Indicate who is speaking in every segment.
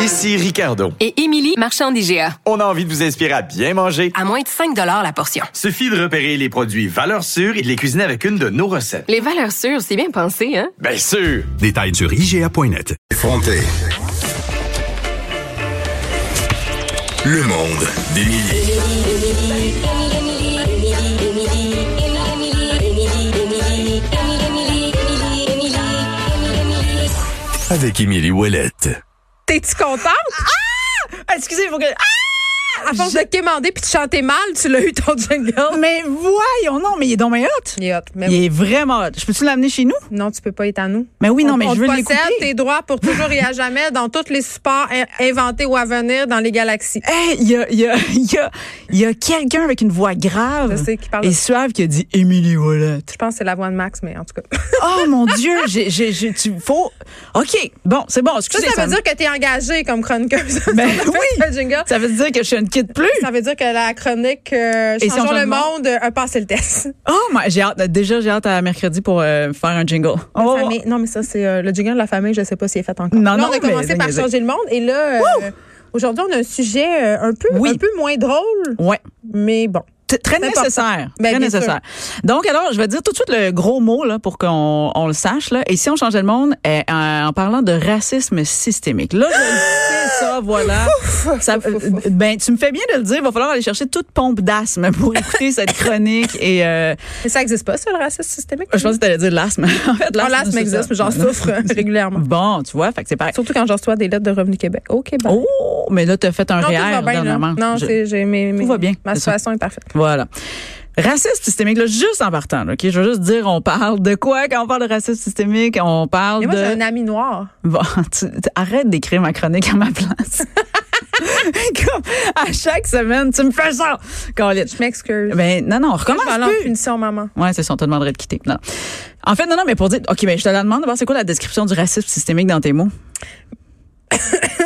Speaker 1: Ici Ricardo.
Speaker 2: Et Émilie, marchand d'IGA.
Speaker 1: On a envie de vous inspirer à bien manger.
Speaker 2: À moins de 5 la portion.
Speaker 1: Suffit de repérer les produits valeurs sûres et de les cuisiner avec une de nos recettes.
Speaker 2: Les valeurs sûres, c'est bien pensé, hein?
Speaker 1: Bien sûr!
Speaker 3: Détails sur IGA.net.
Speaker 4: Effronté. Le monde d'Émilie. Avec Émilie Ouellette.
Speaker 5: T'es-tu contente?
Speaker 6: Ah! Excusez, faut que. Ah!
Speaker 5: À force de quémander puis de chanter mal, tu l'as eu ton jungle.
Speaker 6: Mais voyons, non, mais il est donc bien hot.
Speaker 5: Il est hot, mais
Speaker 6: Il est vraiment hot. Je peux-tu l'amener chez nous?
Speaker 5: Non, tu peux pas être à nous.
Speaker 6: Mais oui, non,
Speaker 5: On-
Speaker 6: mais
Speaker 5: on
Speaker 6: je
Speaker 5: te
Speaker 6: veux
Speaker 5: possède
Speaker 6: l'écouter.
Speaker 5: tes droits pour toujours et à jamais dans tous les supports in- inventés ou à venir dans les galaxies.
Speaker 6: Hey, il y a, il y a, il y a, il y a quelqu'un avec une voix grave
Speaker 5: Je sais qui parle
Speaker 6: et
Speaker 5: de-
Speaker 6: suave qui a dit Émilie Ouellette.
Speaker 5: Je pense que c'est la voix de Max, mais en tout cas.
Speaker 6: oh mon Dieu, j'ai, j'ai, j'ai- tu, faut. OK, bon, c'est bon,
Speaker 5: Ça,
Speaker 6: excusez
Speaker 5: ça
Speaker 6: ça
Speaker 5: veut dire que t'es engagé comme chroniqueuse.
Speaker 6: Ben
Speaker 5: Ça fait
Speaker 6: oui.
Speaker 5: le jingle.
Speaker 6: Ça veut dire que je suis une quitte plus.
Speaker 5: Ça veut dire que la chronique euh,
Speaker 6: Et si on
Speaker 5: Changeons
Speaker 6: change
Speaker 5: le
Speaker 6: le
Speaker 5: monde euh, a passé le test.
Speaker 6: Oh, moi, j'ai hâte. Déjà, j'ai hâte à mercredi pour euh, faire un jingle. Oh, On
Speaker 5: La
Speaker 6: va voir.
Speaker 5: famille- Non, mais ça, c'est euh, le jingle de la famille, je sais pas s'il est fait encore.
Speaker 6: Non,
Speaker 5: Là,
Speaker 6: non,
Speaker 5: on a
Speaker 6: mais
Speaker 5: commencé par
Speaker 6: dingue,
Speaker 5: changer le monde et là, euh, aujourd'hui, on a un sujet euh, un, peu,
Speaker 6: Oui.
Speaker 5: un peu moins drôle,
Speaker 6: Ouais.
Speaker 5: mais bon.
Speaker 6: T- Très
Speaker 5: C'est important.
Speaker 6: nécessaire.
Speaker 5: Ben,
Speaker 6: très
Speaker 5: bien sûr.
Speaker 6: nécessaire. Donc, alors, je vais dire tout de suite le gros mot là, pour qu'on on le sache. Là. Et si on changeait le monde euh, en, en parlant de racisme systémique? Là, je le sais, ça, voilà. Ça- euh, ben, tu me fais bien de le dire. Il va falloir aller chercher toute pompe d'asthme pour écouter cette chronique. Et euh,
Speaker 5: Mais ça n'existe pas, ça, le racisme systémique?
Speaker 6: je pensais que tu allais dire l'asthme. en fait,
Speaker 5: Non,
Speaker 6: l'asthme,
Speaker 5: Oh, l'asthme
Speaker 6: c'est
Speaker 5: existe,
Speaker 6: ça.
Speaker 5: mais j'en souffre régulièrement.
Speaker 6: Bon, tu vois, fait que c'est pareil.
Speaker 5: Surtout quand je reçois des lettres de Revenu Québec. OK, ben.
Speaker 6: Oh, mais là, tu as fait un
Speaker 5: non, tout va
Speaker 6: réel
Speaker 5: bien, là.
Speaker 6: dernièrement.
Speaker 5: Non,
Speaker 6: Je-
Speaker 5: c'est- j'ai mes, mes-
Speaker 6: Tout va bien,
Speaker 5: Ma
Speaker 6: c'est ça.
Speaker 5: situation est parfaite.
Speaker 6: Voilà. Racisme systémique, là, juste en partant, là, OK? Je veux juste dire, on parle de quoi quand on parle de racisme systémique? On parle
Speaker 5: Et moi, j'ai
Speaker 6: de...
Speaker 5: un ami noir.
Speaker 6: Bon, tu- tu- arrête d'écrire ma chronique à ma place. Comme à chaque semaine, tu me fais ça! Colin.
Speaker 5: Je m'excuse.
Speaker 6: Ben, non, non, on recommence
Speaker 5: je vais aller en
Speaker 6: plus.
Speaker 5: punition, maman.
Speaker 6: Ouais, c'est ça, on te demanderait de quitter. Non. En fait, non, non, mais pour dire, OK, mais je te la demande d'abord, c'est quoi la description du racisme systémique dans tes mots?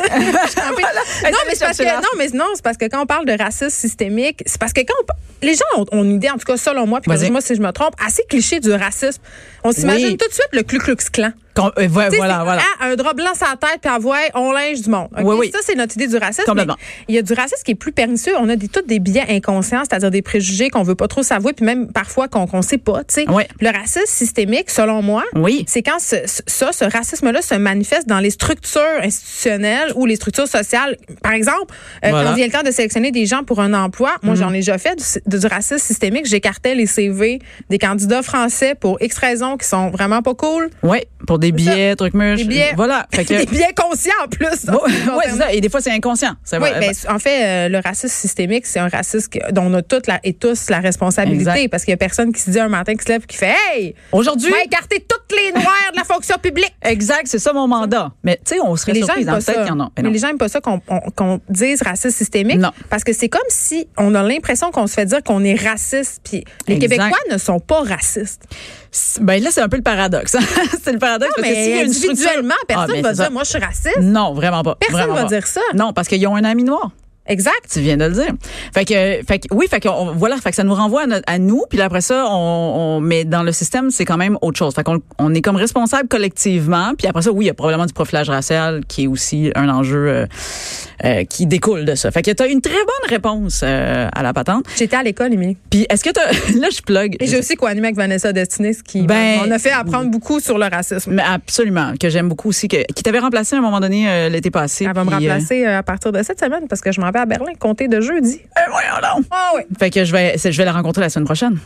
Speaker 5: non, mais c'est parce que, non, mais non, c'est parce que quand on parle de racisme systémique, c'est parce que quand on pa- les gens ont, ont une idée, en tout cas selon moi, puis
Speaker 6: Vas-y.
Speaker 5: moi si je me trompe, assez cliché du racisme. On s'imagine
Speaker 6: Oui.
Speaker 5: tout de suite le Ku Klux Klan.
Speaker 6: Qu'on- euh, ouais,
Speaker 5: Tu sais,
Speaker 6: voilà,
Speaker 5: c'est,
Speaker 6: voilà.
Speaker 5: ah, un drap blanc sur la tête, puis avoir on linge du monde. OK?
Speaker 6: Oui, oui.
Speaker 5: Ça, c'est notre idée du racisme.
Speaker 6: Complètement.
Speaker 5: mais Il y a du racisme qui est plus pernicieux. On a des, tous des biais inconscients, c'est-à-dire des préjugés qu'on veut pas trop s'avouer, puis même parfois qu'on ne sait pas. tu sais.
Speaker 6: Oui.
Speaker 5: Le racisme systémique, selon moi,
Speaker 6: Oui.
Speaker 5: c'est quand ce, ce- ça, ce racisme-là se manifeste dans les structures institutionnelles ou les structures sociales. Par exemple, euh,
Speaker 6: Voilà. Mm-hmm.
Speaker 5: quand vient le temps de sélectionner des gens pour un emploi, moi, j'en ai déjà fait du, du racisme systémique. J'écartais les CV des candidats français pour X raisons qui sont vraiment pas cool.
Speaker 6: Ouais, pour des billets, trucs mûrs.
Speaker 5: Des billets.
Speaker 6: Voilà. Fait que-
Speaker 5: Des biais conscients en plus.
Speaker 6: Oh, ouais, c'est ça. Et des fois, c'est inconscient. Ça
Speaker 5: Oui,
Speaker 6: va- eh
Speaker 5: ben, en fait, euh, le racisme systémique, c'est un racisme que- dont on a toutes la, et tous la responsabilité
Speaker 6: Exact.
Speaker 5: parce qu'il y a personne qui se dit un matin qui se lève et qui fait Hey,
Speaker 6: Aujourd'hui-
Speaker 5: on va écarter toutes les noirs de la fonction publique.
Speaker 6: Exact, c'est ça mon mandat. Mais tu sais, on serait
Speaker 5: Mais les gens
Speaker 6: surpris
Speaker 5: aiment
Speaker 6: dans
Speaker 5: pas
Speaker 6: le
Speaker 5: ça.
Speaker 6: tête hein, qu'il y en a. Mais non.
Speaker 5: les gens aiment pas ça qu'on on- qu'on dise racisme systémique.
Speaker 6: Non.
Speaker 5: Parce que c'est comme si on a l'impression qu'on se fait dire qu'on est raciste. Puis les
Speaker 6: Exact.
Speaker 5: Québécois ne sont pas racistes.
Speaker 6: Ben là, c'est un peu le paradoxe. hein. c'est le paradoxe
Speaker 5: Non,
Speaker 6: parce que s'il y
Speaker 5: mais
Speaker 6: a une structure-
Speaker 5: individuellement,
Speaker 6: Ah,
Speaker 5: personne
Speaker 6: ben,
Speaker 5: va
Speaker 6: c'est
Speaker 5: dire
Speaker 6: ça.
Speaker 5: moi je suis raciste.
Speaker 6: Non, vraiment pas.
Speaker 5: Personne
Speaker 6: Vraiment
Speaker 5: va
Speaker 6: pas.
Speaker 5: dire ça.
Speaker 6: Non, parce qu'ils ont un ami noir.
Speaker 5: Exact.
Speaker 6: Tu viens de le dire. Fait que, fait que oui, fait que on- voilà, fait que ça nous renvoie à, notre- à nous, puis là, après ça, on, on mais dans le système, c'est quand même autre chose. Fait qu'on on est comme responsable collectivement, puis après ça, oui, il y a probablement du profilage racial qui est aussi un enjeu euh, euh, qui découle de ça. Fait que t'as une très bonne réponse euh, à la patente.
Speaker 5: J'étais à l'école, Émilie.
Speaker 6: Puis est-ce que t'as là je plug
Speaker 5: Et j'ai aussi co-animé avec Vanessa Destiné, ce qui
Speaker 6: Ben,
Speaker 5: on a fait apprendre beaucoup sur le racisme.
Speaker 6: Mais absolument, que j'aime beaucoup aussi, que, qui t'avait remplacé à un moment donné euh, l'été passé.
Speaker 5: Elle va me
Speaker 6: puis, euh,
Speaker 5: remplacer euh, à partir de cette semaine parce que je m'en vais à Berlin, compter de jeudi.
Speaker 6: eh, voyons donc.
Speaker 5: Ah oui.
Speaker 6: Fait que je vais, c'est- je vais la rencontrer la semaine prochaine.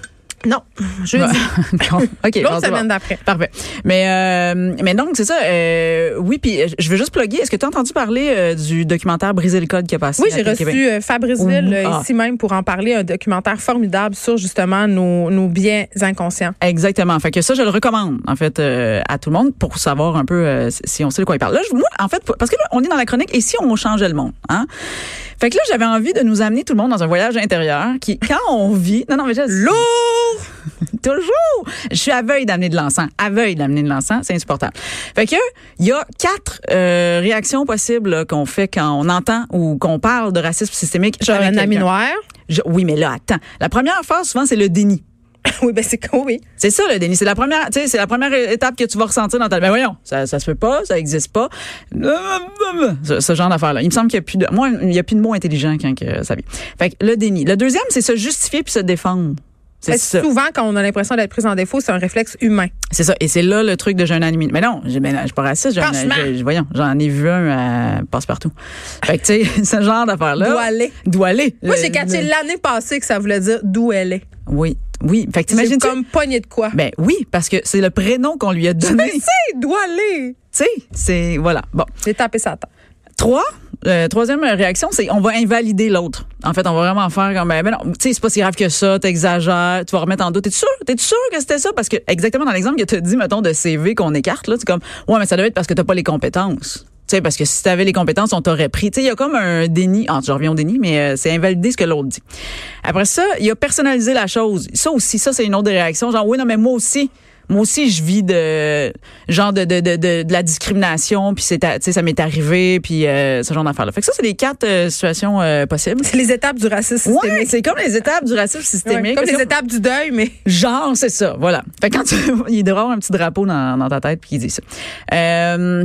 Speaker 5: Non, jeudi.
Speaker 6: Bon, ok.
Speaker 5: L'autre
Speaker 6: bon, c'est
Speaker 5: semaine
Speaker 6: bon.
Speaker 5: d'après.
Speaker 6: Parfait. Mais euh, mais donc c'est ça. euh, oui, puis euh, je veux juste plugger. Est-ce que tu as entendu parler euh, du documentaire Briser le code qui a passé
Speaker 5: Oui,
Speaker 6: à
Speaker 5: j'ai
Speaker 6: Télé-Québec?
Speaker 5: reçu euh, Fabrice
Speaker 6: Ouh,
Speaker 5: Ville euh,
Speaker 6: ah.
Speaker 5: ici même pour en parler, un documentaire formidable sur justement nos, nos biens inconscients.
Speaker 6: Exactement. Fait que ça, je le recommande en fait euh, à tout le monde pour savoir un peu euh, si on sait de quoi il parle. Là, je- moi, en fait, parce que là, on est dans la chronique et si on changeait le monde, hein Fait que là, j'avais envie de nous amener tout le monde dans un voyage intérieur qui, quand on vit, non, non, mais lourd, toujours. Je suis aveugle d'amener de l'encens, aveugle d'amener de l'encens, c'est insupportable. Fait que il y a quatre euh, réactions possibles là, qu'on fait quand on entend ou qu'on parle de racisme systémique.
Speaker 5: Genre
Speaker 6: avec
Speaker 5: Euh, un ami
Speaker 6: quelqu'un.
Speaker 5: noir.
Speaker 6: Je- oui, mais là, attends. La première phase, souvent, c'est le déni.
Speaker 5: oui, ben c'est con, oui.
Speaker 6: C'est ça, le déni. C'est la première, tu sais, c'est la première étape que tu vas ressentir dans ta. Ben voyons, ça, ça se fait pas, ça existe pas. Ce, ce genre d'affaire là. Il me semble qu'il y a plus de, moi, il y a plus de mots intelligents quand que ça vient. Fait que le déni. Le deuxième, c'est se justifier puis se défendre. C'est
Speaker 5: Ben,
Speaker 6: ça.
Speaker 5: souvent, quand on a l'impression d'être pris en défaut, c'est un réflexe humain.
Speaker 6: C'est ça. Et c'est là le truc de jeune animé. Mais non, je ben, non, je suis pas raciste. J'en,
Speaker 5: Franchement.
Speaker 6: je- je- voyons, j'en ai vu un à passe-partout. Fait que, tu sais, ce genre d'affaire-là.
Speaker 5: Doit aller.
Speaker 6: Doit aller.
Speaker 5: Moi,
Speaker 6: Le-
Speaker 5: j'ai catché l'année passée que ça voulait dire d'où elle est.
Speaker 6: Oui, oui. Fait que
Speaker 5: J'ai
Speaker 6: t'imagines.
Speaker 5: comme poignée de quoi.
Speaker 6: Ben oui, parce que c'est le prénom qu'on lui a donné.
Speaker 5: Mais c'est d'où aller.
Speaker 6: Tu sais, c'est. Voilà. Bon.
Speaker 5: J'ai tapé ça à terre.
Speaker 6: Trois, euh, troisième réaction, c'est on va invalider l'autre. En fait, on va vraiment faire comme ben ben non, tu sais, c'est pas si grave que ça, t'exagères, tu vas remettre en doute. T'es sûr, t'es sûr que c'était ça parce que exactement dans l'exemple que t'as dit mettons de CV qu'on écarte là, c'est comme ouais mais ça devait être parce que t'as pas les compétences. Tu sais, parce que si t'avais les compétences, on t'aurait pris. Tu sais, il y a comme un déni. Ah, je reviens au déni, mais euh, c'est invalider ce que l'autre dit. Après ça, il y a personnaliser la chose. Ça aussi, ça, c'est une autre réaction. Genre, oui, non, mais moi aussi, moi aussi je vis de genre de de de, de, de la discrimination puis c'est à- tu sais ça m'est arrivé puis euh, ce genre d'affaires là. Fait que ça c'est les quatre euh, situations euh, possibles.
Speaker 5: C'est les étapes du racisme
Speaker 6: Ouais,
Speaker 5: systémique.
Speaker 6: c'est comme les étapes du racisme systémique.
Speaker 5: Ouais, comme
Speaker 6: Parce
Speaker 5: les
Speaker 6: que- Ah,
Speaker 5: étapes du deuil, mais
Speaker 6: Genre, c'est ça, voilà. Fait que quand tu, il devrait avoir un petit drapeau dans, dans ta tête puis qui dit ça. Euh,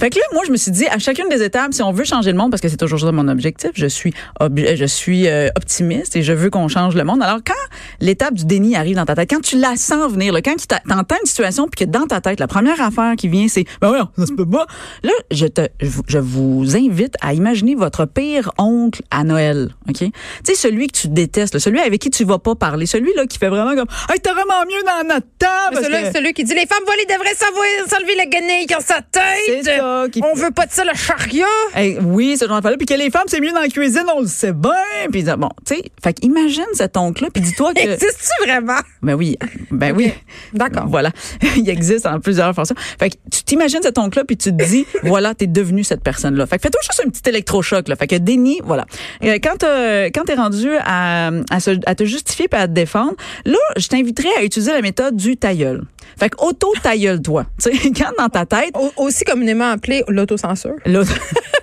Speaker 6: fait que là, moi, je me suis dit, à chacune des étapes, si on veut changer le monde, parce que c'est toujours ça mon objectif, je suis, ob- je suis euh, optimiste et je veux qu'on change le monde. Alors, quand l'étape du déni arrive dans ta tête, quand tu la sens venir, là, quand tu t'a- t'entends une situation puis que dans ta tête, la première affaire qui vient, c'est, ben voyons, ça se peut pas. Là, je te, je vous- je vous invite à imaginer votre pire oncle à Noël, OK? Tu sais, celui que tu détestes, là, celui avec qui tu vas pas parler, celui, là, qui fait vraiment comme, hey, t'es vraiment mieux dans notre table. parce
Speaker 5: celui,
Speaker 6: que-
Speaker 5: celui qui dit les femmes volées devraient savoir s'enlever la guenille qui a sa
Speaker 6: C'est
Speaker 5: tête.
Speaker 6: ça qui-
Speaker 5: On veut pas de ça le charia.
Speaker 6: Eh, oui, ce genre d'affaire-là. Puis que les femmes, c'est mieux dans la cuisine, on le sait bien. Puis bon, tu sais, fait qu'imagine cet oncle-là, puis dis-toi que...
Speaker 5: Existe-tu vraiment?
Speaker 6: ben oui, ben oui.
Speaker 5: D'accord.
Speaker 6: Voilà. Il existe en plusieurs façons. Fait que tu t'imagines cet oncle-là, puis tu te dis, voilà, t'es devenu cette personne-là. Fait que fais-toi juste un petit électrochoc, là. Fait que déni, voilà. Euh, Quand, t'as- quand t'es rendu à, à, se- à te justifier puis à te défendre, là, je t'inviterais à utiliser la méthode du tailleul. Fait que auto-tailleul-toi. Tu sais, quand dans ta tête,
Speaker 5: Au- aussi communément appelé l'autocensure.
Speaker 6: là,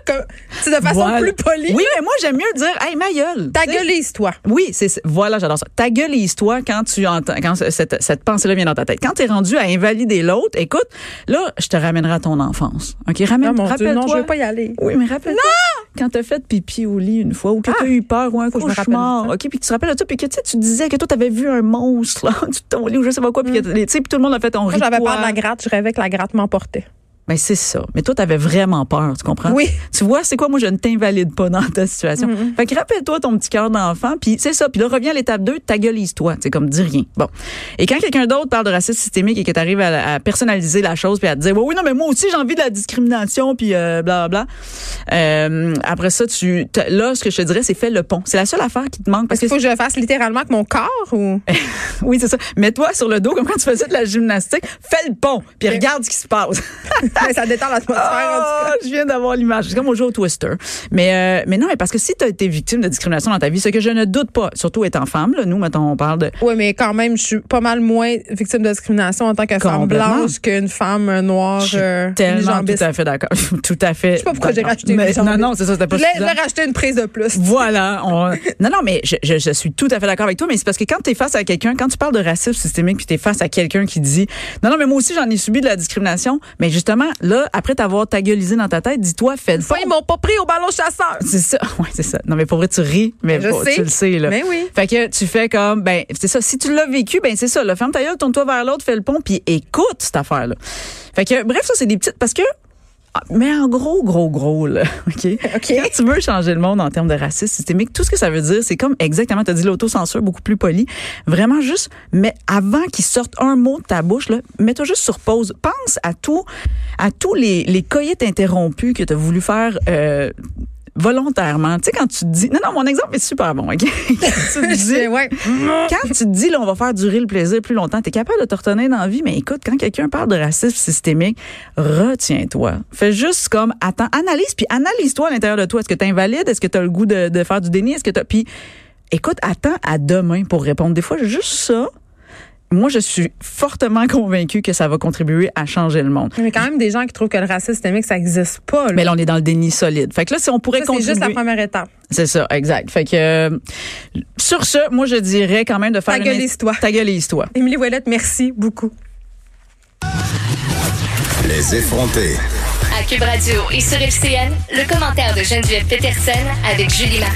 Speaker 5: Comme- C'est Oh. de façon
Speaker 6: Voilà.
Speaker 5: plus polie.
Speaker 6: Oui, mais moi, j'aime mieux dire, hey, ma gueule.
Speaker 5: Ta
Speaker 6: Tu sais,
Speaker 5: gueulise, toi.
Speaker 6: Oui, c'est c'est- voilà, j'adore ça. Ta gueule et toi quand tu entends quand ce- cette, cette pensée-là vient dans ta tête. Quand tu es rendu à invalider l'autre, écoute, là, je te ramènerai à ton enfance. OK, ramène
Speaker 5: Non, Ah, mon Dieu, non,
Speaker 6: rappelle-toi.
Speaker 5: je veux pas y aller.
Speaker 6: Oui, mais rappelle-toi quand t'as fait pipi au lit une fois ou
Speaker 5: Ah!
Speaker 6: que t'as eu peur ou un
Speaker 5: que je me rappelle
Speaker 6: cauchemar,
Speaker 5: ça.
Speaker 6: OK, puis tu te rappelles de ça puis que tu sais, tu disais que toi t'avais vu un monstre là, du ton lit ou je sais pas quoi puis que tu sais puis tout le monde a fait on
Speaker 5: Hmm. Moi,
Speaker 6: rit.
Speaker 5: j'avais
Speaker 6: de toi.
Speaker 5: peur de la gratte. Je rêvais que la gratte m'emportait.
Speaker 6: Ben, c'est ça. Mais toi, t'avais vraiment peur, tu comprends?
Speaker 5: Oui.
Speaker 6: Tu vois, c'est quoi? Moi, je ne t'invalide pas dans ta situation. Fait que rappelle-toi ton petit cœur d'enfant, puis c'est ça. Puis là, reviens à l'étape 2, t'agueulise-toi. C'est comme, dis rien. Bon. Et quand quelqu'un d'autre parle de racisme systémique et que t'arrives à, à personnaliser la chose puis à te dire, oui, oui, non, mais moi aussi, j'ai envie de la discrimination, puis euh, bla, bla, bla. Euh, après ça, tu, t'as- là, ce que je te dirais, c'est fais le pont. C'est la seule affaire qui te manque. Parce
Speaker 5: Est-ce qu'il faut
Speaker 6: que,
Speaker 5: que je le fasse littéralement avec mon corps ou.
Speaker 6: oui, c'est ça. Mets-toi sur le dos, comme quand tu faisais de la gymnastique. Fais le pont, puis regarde ce qui se passe.
Speaker 5: Ben, ça détend l'atmosphère, en tout cas.
Speaker 6: Ah, je viens d'avoir l'image. C'est comme au jeu au Twister. Mais, euh, mais non, mais parce que si tu as été victime de discrimination dans ta vie, ce que je ne doute pas, surtout étant femme, là, nous, mettons, on parle de.
Speaker 5: Oui, mais quand même, je suis pas mal moins victime de discrimination en tant que femme
Speaker 6: Complètement.
Speaker 5: blanche qu'une femme euh, noire.
Speaker 6: Je suis
Speaker 5: euh,
Speaker 6: tellement tout
Speaker 5: unijambiste.
Speaker 6: à fait d'accord. tout à fait.
Speaker 5: Je sais pas pourquoi j'ai racheté une
Speaker 6: Non, non, c'est ça, c'était pas
Speaker 5: Je l'ai-
Speaker 6: suffisant.
Speaker 5: j'ai racheté une prise de plus.
Speaker 6: Voilà. on- Non, non, mais je, je- je suis tout à fait d'accord avec toi, mais c'est parce que quand tu es face à quelqu'un, quand tu parles de racisme systémique, puis tu es face à quelqu'un qui dit Non, non, mais moi aussi j'en ai subi de la discrimination, mais justement, là, après t'avoir tagueulisé dans ta tête, dis-toi, fais le
Speaker 5: Enfin, ils m'ont pas pris au ballon chasseur.
Speaker 6: C'est ça. Ouais, c'est ça. Non, mais pour vrai, tu ris, mais
Speaker 5: Je
Speaker 6: faut-
Speaker 5: sais.
Speaker 6: tu le sais, là.
Speaker 5: Mais oui.
Speaker 6: Fait que tu fais comme, ben, c'est ça. Si tu l'as vécu, ben, c'est ça. Là, ferme ta gueule, tourne-toi vers l'autre, fais le pont, puis écoute cette affaire-là. Fait que, bref, ça, c'est des petites, parce que, ah, mais en gros, gros, gros, là, OK?
Speaker 5: OK.
Speaker 6: Quand tu veux changer le monde en termes de racisme systémique, tout ce que ça veut dire, c'est comme exactement, tu as dit l'autocensure beaucoup plus poli. Vraiment juste, mais avant qu'il sorte un mot de ta bouche, là, mets-toi juste sur pause. Pense à tout, à tous les, les coïts interrompus que tu as voulu faire euh, volontairement. Tu sais, quand tu te dis. Non, non, mon exemple est super bon, OK? Quand tu te dis- Mm.
Speaker 5: C'est- ouais.
Speaker 6: quand tu te dis, là, on va faire durer le plaisir plus longtemps, t'es capable de te retenir dans la vie, mais écoute, quand quelqu'un parle de racisme systémique, retiens-toi. Fais juste comme, attends, analyse, puis analyse-toi à l'intérieur de toi. Est-ce que t'es invalide? Est-ce que t'as le goût de, de faire du déni? Est-ce que t'as... Puis, écoute, attends à demain pour répondre. Des fois, juste ça, moi, je suis fortement convaincue que ça va contribuer à changer le monde.
Speaker 5: Il y a quand même des gens qui trouvent que le racisme systémique, ça n'existe pas. là.
Speaker 6: Mais là, on est dans le déni solide. Fait que là, si on pourrait
Speaker 5: Ça, c'est
Speaker 6: contribuer...
Speaker 5: juste la première étape.
Speaker 6: C'est ça, exact. Fait que euh, sur ce, moi je dirais quand même de faire
Speaker 5: Taguelise-toi.
Speaker 6: une... Taguelise-toi.
Speaker 5: Émilie Ouellette, merci beaucoup.
Speaker 4: Les effronter.
Speaker 7: À Cube Radio et sur FCN, le commentaire de Geneviève Peterson avec Julie Marcoux.